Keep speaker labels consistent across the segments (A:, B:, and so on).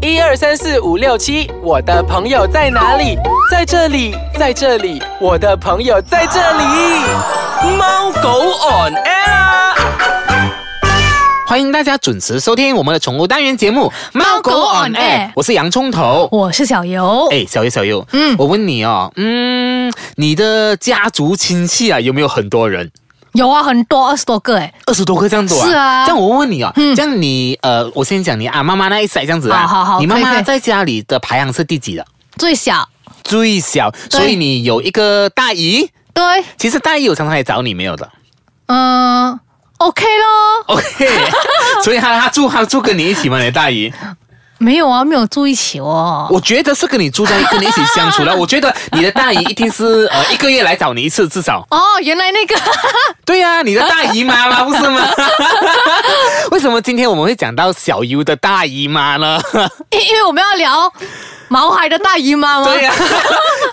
A: 一二三四五六七，我的朋友在哪里？在这里，在这里，我的朋友在这里。
B: 猫狗 on air 啊。
C: 欢迎大家准时收听我们的宠物单元节目《
D: 猫狗 on air
C: 我是洋葱头。
D: 我是小游。
C: 哎，小优小优，
D: 嗯
C: 我问你哦，嗯，你的家族亲戚啊有没有很多人？
D: 有啊，很多二十多个哎、
C: 二十多个这样子啊？
D: 是啊
C: 这样我问问你哦，
D: 嗯
C: 这样你呃，我先讲你啊，妈妈那一代这样子啊，
D: 好好好
C: 你妈
D: 可以可
C: 妈
D: 以
C: 在家里的排行是第几的？
D: 最小
C: 最小，
D: 对
C: 所以你有一个大姨。
D: 对，
C: 其实大姨有常常来找你没有的
D: 嗯、o k 咯，
C: ，OK，所以她她住她住跟你一起吗？你的大姨，
D: 没有啊，没有住一起哦。
C: 我觉得是跟你住在跟你一起相处了。我觉得你的大姨一定是呃一个月来找你一次至少。
D: 哦，原来那个
C: 对呀、你的大姨妈吗？不是吗？ 为什么今天我们会讲到小优的大姨妈呢？
D: 因因为我们要聊毛孩的大姨妈吗？
C: 对呀、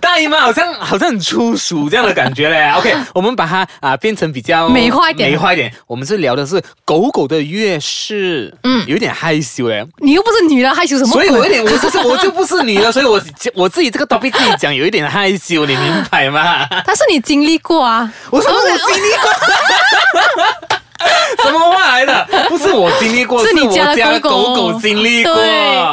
C: 大姨妈好像好像很粗俗这样的感觉 嘞。OK，我们把它啊、变成比较
D: 美化一点
C: 美化一点。我们是聊的是狗狗的月事，嗯，有点害羞嘞，
D: 你又不是女的，害羞什么
C: 所
D: 鬼？
C: 以我有点我就是我就不是女的，所以我我自己这个 topic 自己讲有一点害羞，你明白吗？
D: 但是你经历过啊，
C: 我说我经历过。 什么话来的？不是我经历过，
D: 是你
C: 我
D: 家的
C: 家的
D: 狗
C: 狗
D: 狗
C: 狗经历过。
D: 对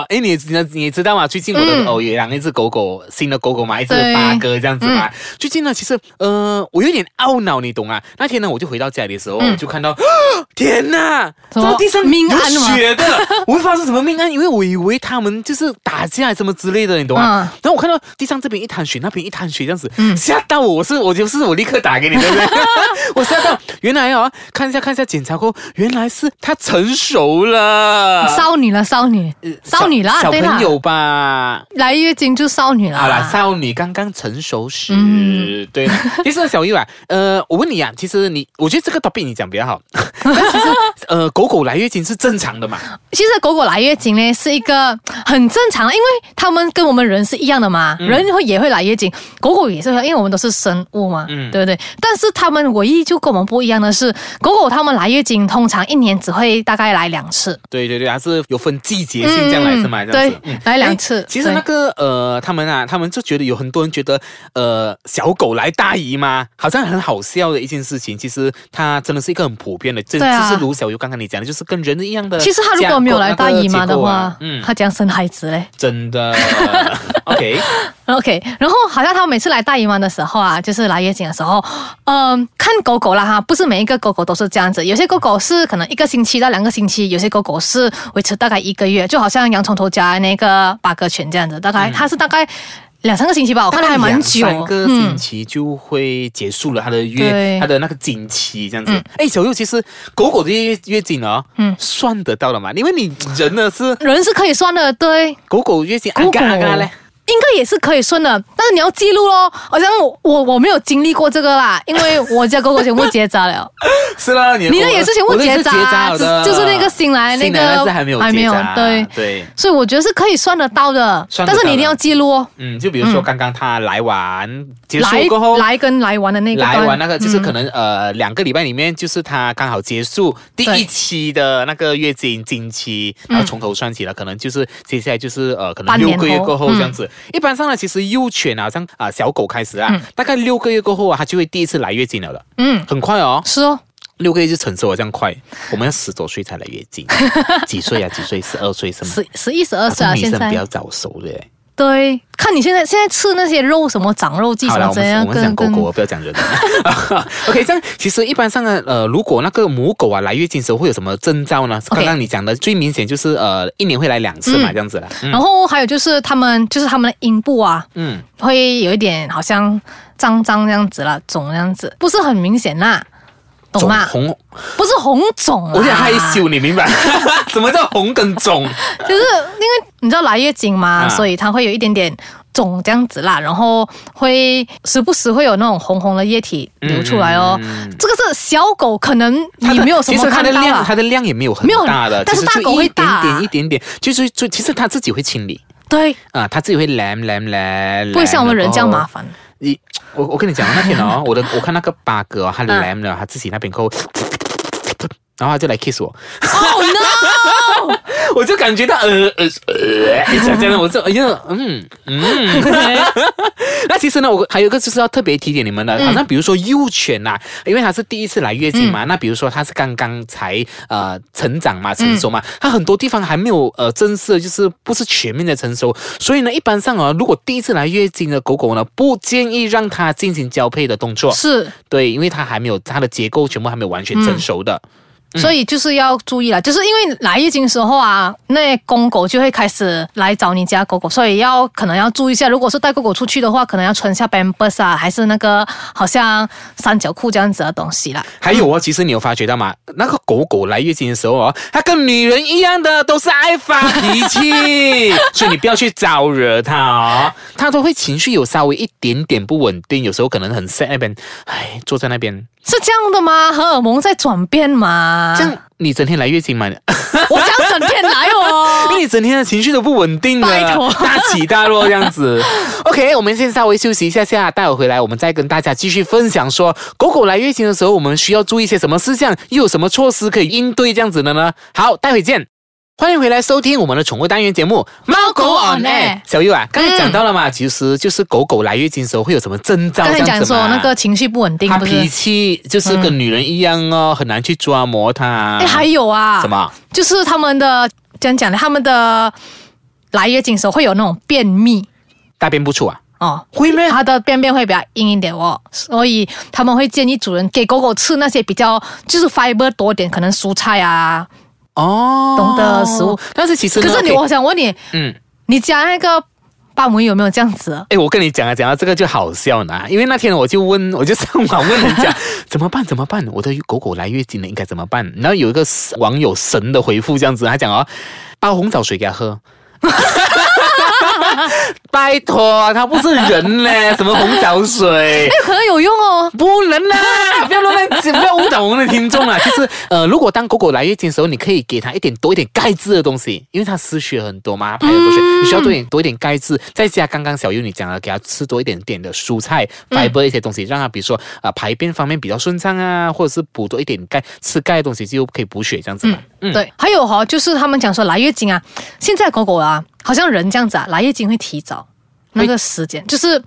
C: 哎，你你你知道吗？最近我的
D: 嗯
C: 哦也养了一只狗狗，新的狗狗嘛，一只
D: 对嗯
C: 八哥这样子嘛。最近呢，其实呃，我有点懊恼，你懂啊？那天呢，我就回到家里的时候，我就看到， 天哪，
D: 嗯什么
C: 这地上
D: 命案
C: 有
D: 吗
C: 血的，我会发生什么命案？因为我以为他们就是打架什么之类的，你懂吗？
D: 嗯
C: 然后我看到地上这边一滩血，那边一滩血，这样子，
D: 嗯
C: 吓到我，我是我就是我立刻打给你，对不 对？我吓到，原来哦，看一下看一下检查过，原来是他成熟了，
D: 少女了，少女，少女啦，
C: 啊呃小小
D: 对啦啊
C: 朋，友吧。
D: 来月经就少女啦。
C: 好啦，少女刚刚成熟时，
D: 嗯
C: 对。其实小玉啊，呃，我问你啊，其实你，我觉得这个 topic 你讲比较 好。但其实，呃，狗狗来月经是正常的嘛？
D: 其实狗狗来月经呢是一个很正常的，因为它们跟我们人是一样的嘛，
C: 嗯
D: 人会也会来月经，狗狗也是会，因为我们都是生物嘛，
C: 嗯
D: 对不对？但是它们唯一就跟我们不一样的是，狗狗它们来月经通常一年只会大概来两次，
C: 对对对，它是有分季节性这样来是吗？
D: 嗯
C: 这样子
D: 对，来两次
C: 诶哎其实那个呃，他们啊，他们就觉得有很多人觉得呃，小狗来大姨妈好像很好笑的一件事情。其实它真的是一个很普遍的，这、
D: 对啊
C: 就是卢小优刚刚你讲的，就是跟人一样的架构。
D: 其实它如果没有来大姨妈
C: 那
D: 的
C: 个结构
D: 话，
C: 啊嗯，
D: 它怎样生孩子嘞？
C: 真 的 OK，
D: OK，然后好像他每次来大姨妈的时候啊，就是来月经的时候，嗯、看狗狗啦哈，不是每一个狗狗都是这样子，有些狗狗是可能一个星期到两个星期，有些狗狗是维持大概一个月，就好像洋葱头家那个八哥犬这样子，大概、它是大概两三个星期吧，我看它 哦还蛮久，嗯
C: 大概两三个星期就会结束了它的月，
D: 对
C: 它的那个经期这样子。哎、小右，其实狗狗的月月经哦，嗯
D: 嗯，
C: 算得到的嘛，因为你人呢是
D: 人是可以算的，对。
C: 狗狗月经，
D: 狗狗
C: 啊嘎啊嘎嘞。
D: 应该也是可以算的，但是你要记录咯。好像我我我没有经历过这个啦，因为我家狗狗全部结扎 了。
C: 是啦，你
D: 你的也是全部
C: 我的
D: 结
C: 是
D: 扎
C: 扎了的，
D: 只就是那个新来那个
C: 新来那只还没有
D: 还没
C: 结
D: 有
C: 扎，
D: 对
C: 对。
D: 所以我觉得是可以算得到的，
C: 算得
D: 但
C: 到的
D: 是你一定要记录哦。
C: 嗯，就比如说
D: 嗯
C: 刚刚他来玩结束
D: 来
C: 过后，
D: 来跟来玩的那个
C: 来
D: 段
C: 玩那个就是可
D: 嗯
C: 能、呃两个礼拜里面，就是他刚好结束第一
D: 对
C: 期的那个月经经期，然后从头算起了，可能就是接下来就是呃可能
D: 半
C: 六
D: 年
C: 个月
D: 后
C: 过后这样
D: 嗯
C: 子。一般上呢，其实幼犬啊，像啊、小狗开始啊，
D: 嗯
C: 大概六个月过后啊，它就会第一次来月经了的，
D: 嗯
C: 很快哦，
D: 是哦，
C: 六个月就成熟了，这样快。我们要十多岁才来月经，几岁啊？几岁？十二岁是吗？
D: 十十一十二
C: 好
D: 岁
C: 像
D: 啊，
C: 女
D: 现
C: 生比
D: 在
C: 较早熟的耶。
D: 对，看你现在现在吃那些肉什么长肉剂
C: 好
D: 什
C: 了，
D: 么
C: 我
D: 怎样
C: 们我们讲
D: 跟
C: 狗
D: 跟
C: 狗，我不要讲人。OK，这样 其实一般上呢，呃，如果那个母狗啊来月经的时候会有什么征兆呢？
D: OK
C: 刚刚你讲的最明显就是呃，一年会来两次嘛，
D: 嗯
C: 这样子啦。嗯
D: 然后还有就是他们就是他们的阴部啊，
C: 嗯，
D: 会有一点好像脏脏这样子啦，肿这样子，不是很明显啦，懂啊
C: 肿
D: 吗？
C: 红，
D: 不是红肿啦，
C: 我有点害羞，你明白？ 什么叫红跟肿？
D: 就是因为你知道来月经嘛，
C: 啊
D: 所以它会有一点点肿这样子啦，然后会时不时会有那种红红的液体流出来哦。
C: 嗯
D: 这个是小狗，可能
C: 它
D: 你
C: 的
D: 没有什
C: 其
D: 么
C: 实它
D: 看
C: 的
D: 到
C: 量，
D: 啦
C: 它的量也没有很
D: 没有很
C: 大的，
D: 但是
C: 其实
D: 大狗
C: 就
D: 会
C: 一
D: 大啊
C: 点点，一点点，就是就其实它自己会清理。
D: 对，
C: 啊，它自己会来来来，
D: 不会像我们人这样麻烦。
C: 你我我跟你讲，那天 哦，我的我看那个八哥、哦，他
D: 嗯
C: 来了，他自己那边扣，然后他就来 kiss 我，
D: Oh no！
C: 我就感觉到呃呃呃，一直这样的，我就哎呀，嗯嗯。 那其实呢，我还有一个就是要特别提点你们的，好像比如说幼犬呐、因为它是第一次来月经嘛，那比如说它是刚刚才呃成长嘛、成熟嘛，它很多地方还没有呃正式的，就是不是全面的成熟，所以呢，一般上啊，如果第一次来月经的狗狗呢，不建议让它进行交配的动作，
D: 是，
C: 对，因为它还没有它的结构全部还没有完全成熟的。嗯
D: 所以就是要注意了，就是因为来月经时候啊，那公狗就会开始来找你家狗狗，所以要可能要注意一下。如果是带狗狗出去的话，可能要穿下 pampers 啊，还是那个好像三角裤这样子的东西啦。
C: 还有哦，其实你有发觉到吗？那个狗狗来月经的时候哦，它跟女人一样的，都是爱发脾气，所以你不要去招惹它哦。它都会情绪有稍微一点点不稳定，有时候可能很 sad 那边，唉，坐在那边。
D: 是这样的吗？荷尔蒙在转变吗？
C: 这样，你整天来月经吗？
D: 我这样整天来哦
C: 因。 为你整天的情绪都不稳定的，
D: 拜托
C: 大起大落这样 子。OK，我们先稍微休息一下下，待会回来我们再跟大家继续分享说，狗狗来月经的时候，我们需要注意些什么事项，又有什么措施可以应对这样子的呢？好，待会见。欢迎回来收听我们的宠物单元节目《猫狗 on
D: on
C: air
D: air》。
C: 小优啊，刚才讲到了嘛，其实就是狗狗来月经的时候会有什么征兆
D: 嗯刚
C: 这
D: 才
C: 样子嘛？
D: 讲说那个情绪不稳定
C: 它，
D: 不
C: 脾
D: 是？
C: 气就是跟女人一样哦，很难去抓摸它。
D: 哎，还有啊，
C: 什？么？
D: 就是他们的这样讲的，他们的来月经的时候会有那种便秘
C: 大便不出啊？
D: 哦。
C: 会咩？
D: 它的便便会比较硬一点哦，所以他们会建议主人给狗狗吃那些比较就是 fiber 多点，可能蔬菜啊。
C: 哦，
D: 懂得食物。
C: 但是其实呢，
D: 可是你，
C: 可以
D: 我想问你，
C: 嗯。
D: 你家那个巴姆有没有这样子？
C: 哎，我跟你讲啊，讲到这个就好笑呢，因为那天我就问，我就上网问人 家怎么办，怎么办？我的狗狗来月经了，应该怎么办？然后有一个网友神的回复这样子，他讲哦，煲红枣水给他 喝。 拜托，他不是人嘞，什么红枣水？
D: 可能有用哦。
C: 不能 啦，不要乱乱，不要误导我们的听众啦。就是呃，如果当狗狗来月经的时候，你可以给它一点多一点钙质的东西，因为它失血很多嘛，它排很多血，
D: 嗯
C: 你需要多一点多一点钙质。再加刚刚小优你讲了，给它吃多一点点的蔬菜、fiber
D: 嗯
C: 一些东西，让它比如说啊、呃排便方面比较顺畅啊，或者是补多一点钙，吃钙的东西就可以补血这样子嘛。嗯，
D: 对，还有哈、就是他们讲说来月经啊，现在狗狗啊，好像人这样子啊，来月经会提早那个时间，就是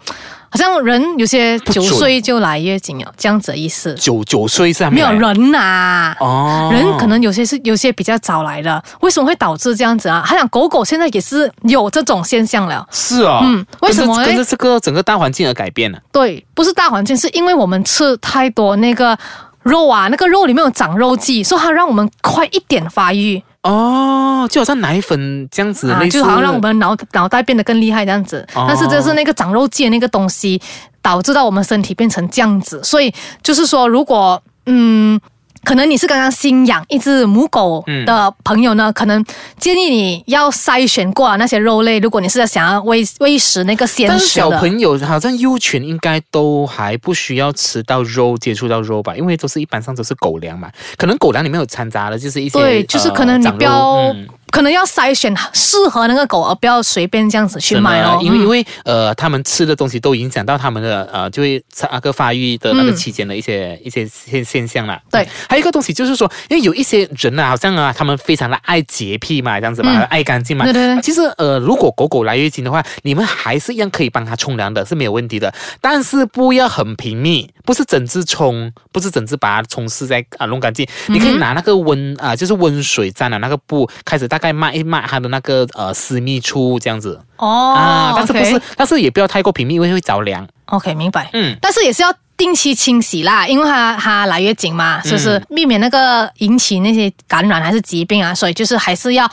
D: 好像人有些九
C: 准
D: 岁就来月经了，这样子的意思。
C: 九九岁是还
D: 没
C: 来
D: 有人呐、
C: 哦
D: 人可能有些是有些比较早来的，为什么会导致这样子啊？他讲狗狗现在也是有这种现象了，
C: 是哦，
D: 嗯为什么
C: 跟着跟
D: 呢
C: 着这个整个大环境而改变呢、啊
D: 对，不是大环境，是因为我们吃太多那个肉啊，那个肉里面有长肉剂，所以它让我们快一点发育
C: 哦，就好像奶粉这样子类似的、
D: 啊，就好像让我们脑脑袋变得更厉害这样子。
C: 哦
D: 但是这是那个长肉剂的那个东西，导致到我们身体变成这样子，所以就是说，如果嗯。可能你是刚刚新养一只母狗
C: 嗯
D: 的朋友呢，可能建议你要筛选过啊那些肉类。如果你是想要喂喂食那个鲜
C: 但是
D: 食
C: 小
D: 的，
C: 朋友好像幼犬应该都还不需要吃到肉，接触到肉吧，因为都是一般上都是狗粮嘛，可能狗粮里面有掺杂了就是一些呃
D: 对，就是可能你不要，
C: 嗯
D: 可能要筛选适合那个狗，而不要随便这样子去
C: 去
D: 买
C: 买哦。，
D: 哦
C: 因为
D: 嗯
C: 因为呃，他们吃的东西都影响到他们的呃，就会那个发育的那个期间的一些、一些现现象啦。
D: 嗯
C: 嗯
D: 对
C: 还有一个东西就是说，因为有一些人啊，好像啊，他们非常的爱洁癖嘛，这样子嘛，
D: 嗯
C: 爱干净嘛。
D: 对对对
C: 其实呃，如果狗狗来月经的话，你们还是一样可以帮它冲凉的，是没有问题的。但是不要很频密，不是整只冲，不是整只把它冲湿再啊弄
D: 嗯
C: 干净。你可以拿那个温啊、就是温水沾了那个布，开始大概抹一抹它的那个呃私密处这样子。
D: 哦，
C: 啊，但是不是
D: OK
C: 但是也不要太过频密，因为会着凉。
D: OK 明白，
C: 嗯
D: 但是也是要定期清洗啦，因为它它来月经嘛，
C: 嗯
D: 就是避免那个引起那些感染还是疾病啊，所以就是还是要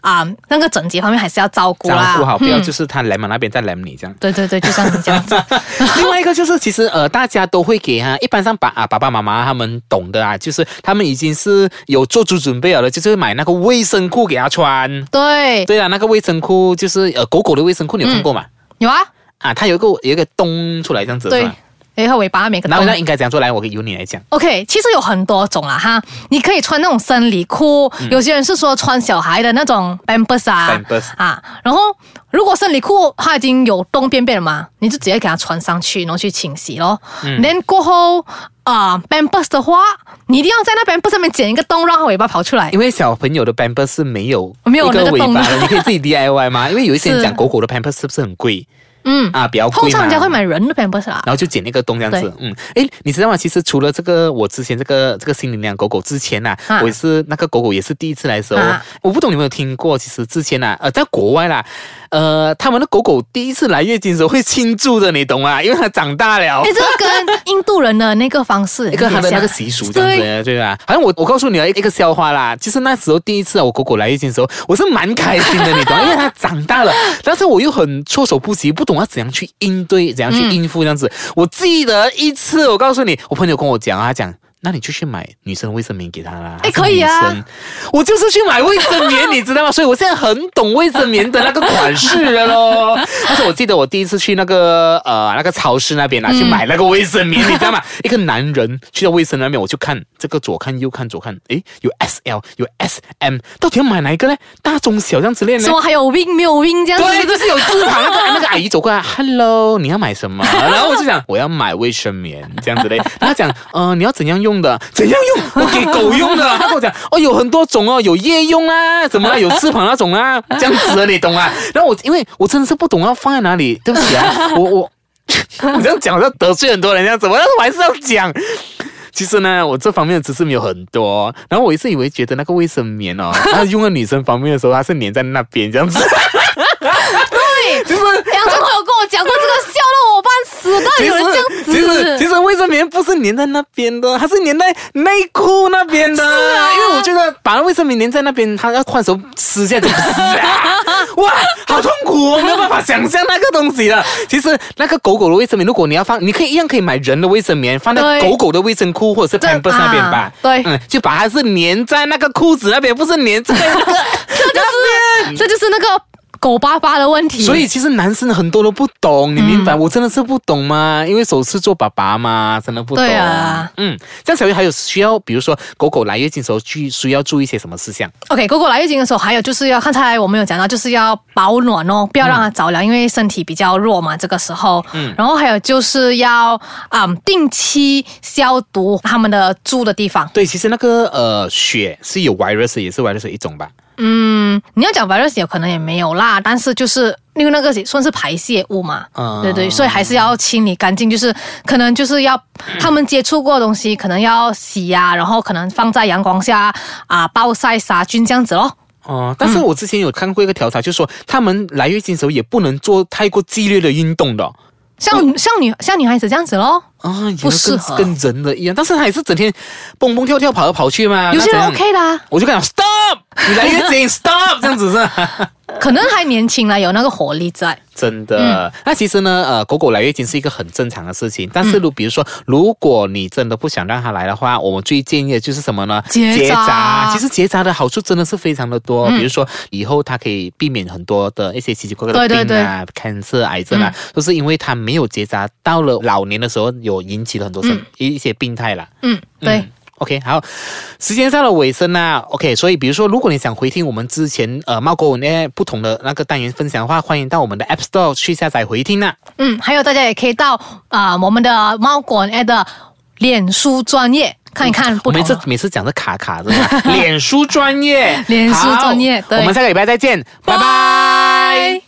D: 啊、那个整洁方面还是要照顾
C: 照
D: 啦，
C: 顾好，不要
D: 嗯。
C: 就是他来嘛那边再来你这样
D: 对对对，就像你这样 子，
C: 另外一个就是，其实呃，大家都会给哈，一般上爸啊爸爸妈妈他们懂的啊，就是他们已经是有做足准备了的，就是买那个卫生裤给他穿。
D: 对，
C: 对啊，那个卫生裤就是呃狗狗的卫生裤，你有看过吗？
D: 有啊，
C: 啊，它有一个有一个洞出来这样子，是
D: 对
C: 吧，
D: 有一个尾巴每个
C: 然后
D: 洞
C: 那应该怎样做？来，我给由你来讲。
D: OK，其实有很多种啦哈，你可以穿那种生
C: 嗯
D: 理裤，有些人是说穿小孩的那种 pampers 啊
C: Pampers
D: 啊，然后如果生理裤它已经有洞便便了嘛，你就直接给它穿上去，然后去清洗咯。then
C: 嗯
D: 过后啊、b a m b u s 的话，你一定要在那 b a m b u s 上面剪一个洞，让它尾巴跑出来
C: 因。为小朋友的 pamper 是没有
D: 没有
C: 一个
D: 那个
C: 尾
D: 洞的
C: 巴的，你可以自己 DIY 吗？因为有一些人
D: 是
C: 讲狗狗的 pamper 是不是很贵
D: 嗯，
C: 啊？比较贵嘛
D: 通常人家会买人的啊 b a m b u s 啦
C: 然。后就剪那个洞这样子
D: 对，
C: 嗯，诶，你知道吗？其实除了这个，我之前这个这个新领养狗狗之前呐、
D: 啊
C: 我也是那个狗狗也是第一次来的时候，
D: 啊
C: 我不懂你有没有听过？其实之前呐、呃，在国外啦，呃，他们的狗狗第一次来月经的时候会庆祝的，你懂吗？因为它长大了
D: 哎，。这个跟印度人的那个方式，
C: 哦 一个他的那个习
D: 形
C: 俗这样子，对吧？好像我我告诉你啊，一个一个笑话啦，就是那时候第一次啊，我狗狗来月经的时候，我是蛮开心的，你懂吗？因为它长大了， 但是我又很措手不及，不懂要怎样去应对，怎样去应付这样子。我记得一次，我告诉你，我朋友跟我讲啊，他讲。那你就去买女生的卫生棉给她啦。她
D: 哎
C: 是
D: 可以啊
C: 女生， 我就是去买卫生棉，你知道吗？所以我现在很懂卫生棉的那个款式了咯。但是我记得我第一次去那个呃那个超市那边啊，去买那个卫生棉，你知道吗？ 一个男人去到卫生那边，我就看这个左看右看左看，诶，有 S L 有 S M，到底要买哪一个呢？大中小这样之类的
D: 什
C: 呢？
D: 么还有 wing 没有 wing 这样
C: 对，
D: 子，
C: 就是有字旁 那个那个阿姨走过来，Hello，你要买 什么？然后我就讲我要买卫生棉这 样子嘞。然后她讲，呃，你要怎样用的？怎样 用？我给狗用的。她跟我讲，哦，有很多种哦，有夜用啊，什么啊，有翅膀那种 啊，这样子的，你懂啊？然后我因为我真的是不懂要放在哪里，对不 起啊，我我我这样讲，我要得罪很多人这样子，我但是我还是要讲。其实呢，我这方面的知识没有很多，然后我一直以为觉得那个卫生棉哦， 它用在女生方面的时候，它是粘在那边这样子。
D: 对，梁振华有跟我讲过这个，笑到我半死，到底有人这样
C: 其实其
D: 子？
C: 实卫生棉不是粘在那边的，它是粘在内裤那边的。因为我觉得把卫生棉粘在那边，它要换手撕下去， 啊哇，好痛苦哦，没有办法想象那个东西了。其实那个狗狗的卫生棉，如果你要放，你可以一样可以买人的卫生棉，放在
D: 对
C: 狗狗的卫生裤或者是 Pampers 那边吧
D: 啊。对
C: 嗯，就把它是粘在那个裤子那边，不是粘在那个
D: 这就是那个狗巴巴的问题。
C: 所以其实男生很多都不懂，你明白？
D: 嗯
C: 我真的是不懂吗？因为首次做爸爸嘛，真的不懂。
D: 对啊，
C: 嗯，这样小鱼还有需要，比如说狗狗来月经的时候，去需要注意一些什么事项？
D: OK，狗狗来月经的时候，还有就是要刚才我们有讲到，就是要保暖哦，不要让它着凉，因为身体比较弱嘛，这个时候。嗯。然后还有就是要嗯定期消毒它们的住的地方。
C: 对，其实那个呃血是有 virus，的也是 virus 的一种吧。
D: 嗯，你要讲 virus 有可能也没有啦，但是就是因为那个也算是排泄物嘛，
C: 嗯
D: 对对，所以还是要清理干净，就是可能就是要他们接触过的东西，可能要洗呀、然后可能放在阳光下啊暴晒杀菌这样子咯。
C: 哦，但是我之前有看过一个调查，就说他们来月经的时候也不能做太过激烈的运动的哦
D: 像、像女像女孩子这样子咯，
C: 啊，原来
D: 不适
C: 跟
D: 合
C: 跟人的一样，但是他也是整天蹦蹦跳跳、跑来跑去嘛。
D: 有些人
C: 那怎样
D: OK 啦，
C: 我就跟他讲 stop，你来月经 stop 这样子是。
D: 可能还年轻啦，有那个活力在。
C: 真
D: 嗯
C: 的，那其实呢，呃，狗狗来月经是一个很正常的事情。但
D: 嗯
C: 是如比如说，如果你真的不想让它来的话，我们最建议的就是什么呢？
D: 结扎嗯
C: 其实结扎的好处真的是非常的多，比如说以后它可以避免很多的一些奇奇怪怪的
D: 对对嗯
C: 病啊、cancer、癌症啊，都是因为它没有结扎，到了老年的时候有引起了很多生、一一些病态啦。
D: 嗯，对，
C: 嗯 OK，好，时间到了尾声啦。OK，所以比如说，如果你想回听我们之前呃猫狗那不同的那个单元分享的话，欢迎到我们的 App Store 去下载回听啦。
D: 嗯，还有大家也可以到啊、我们的猫馆 a 的脸书专业看一看不
C: 我
D: 同
C: 们
D: 的
C: 这每次讲的卡卡的， 脸书专业，
D: 脸书专业
C: 好
D: 对
C: 我们下个礼拜再见，拜拜。
D: 拜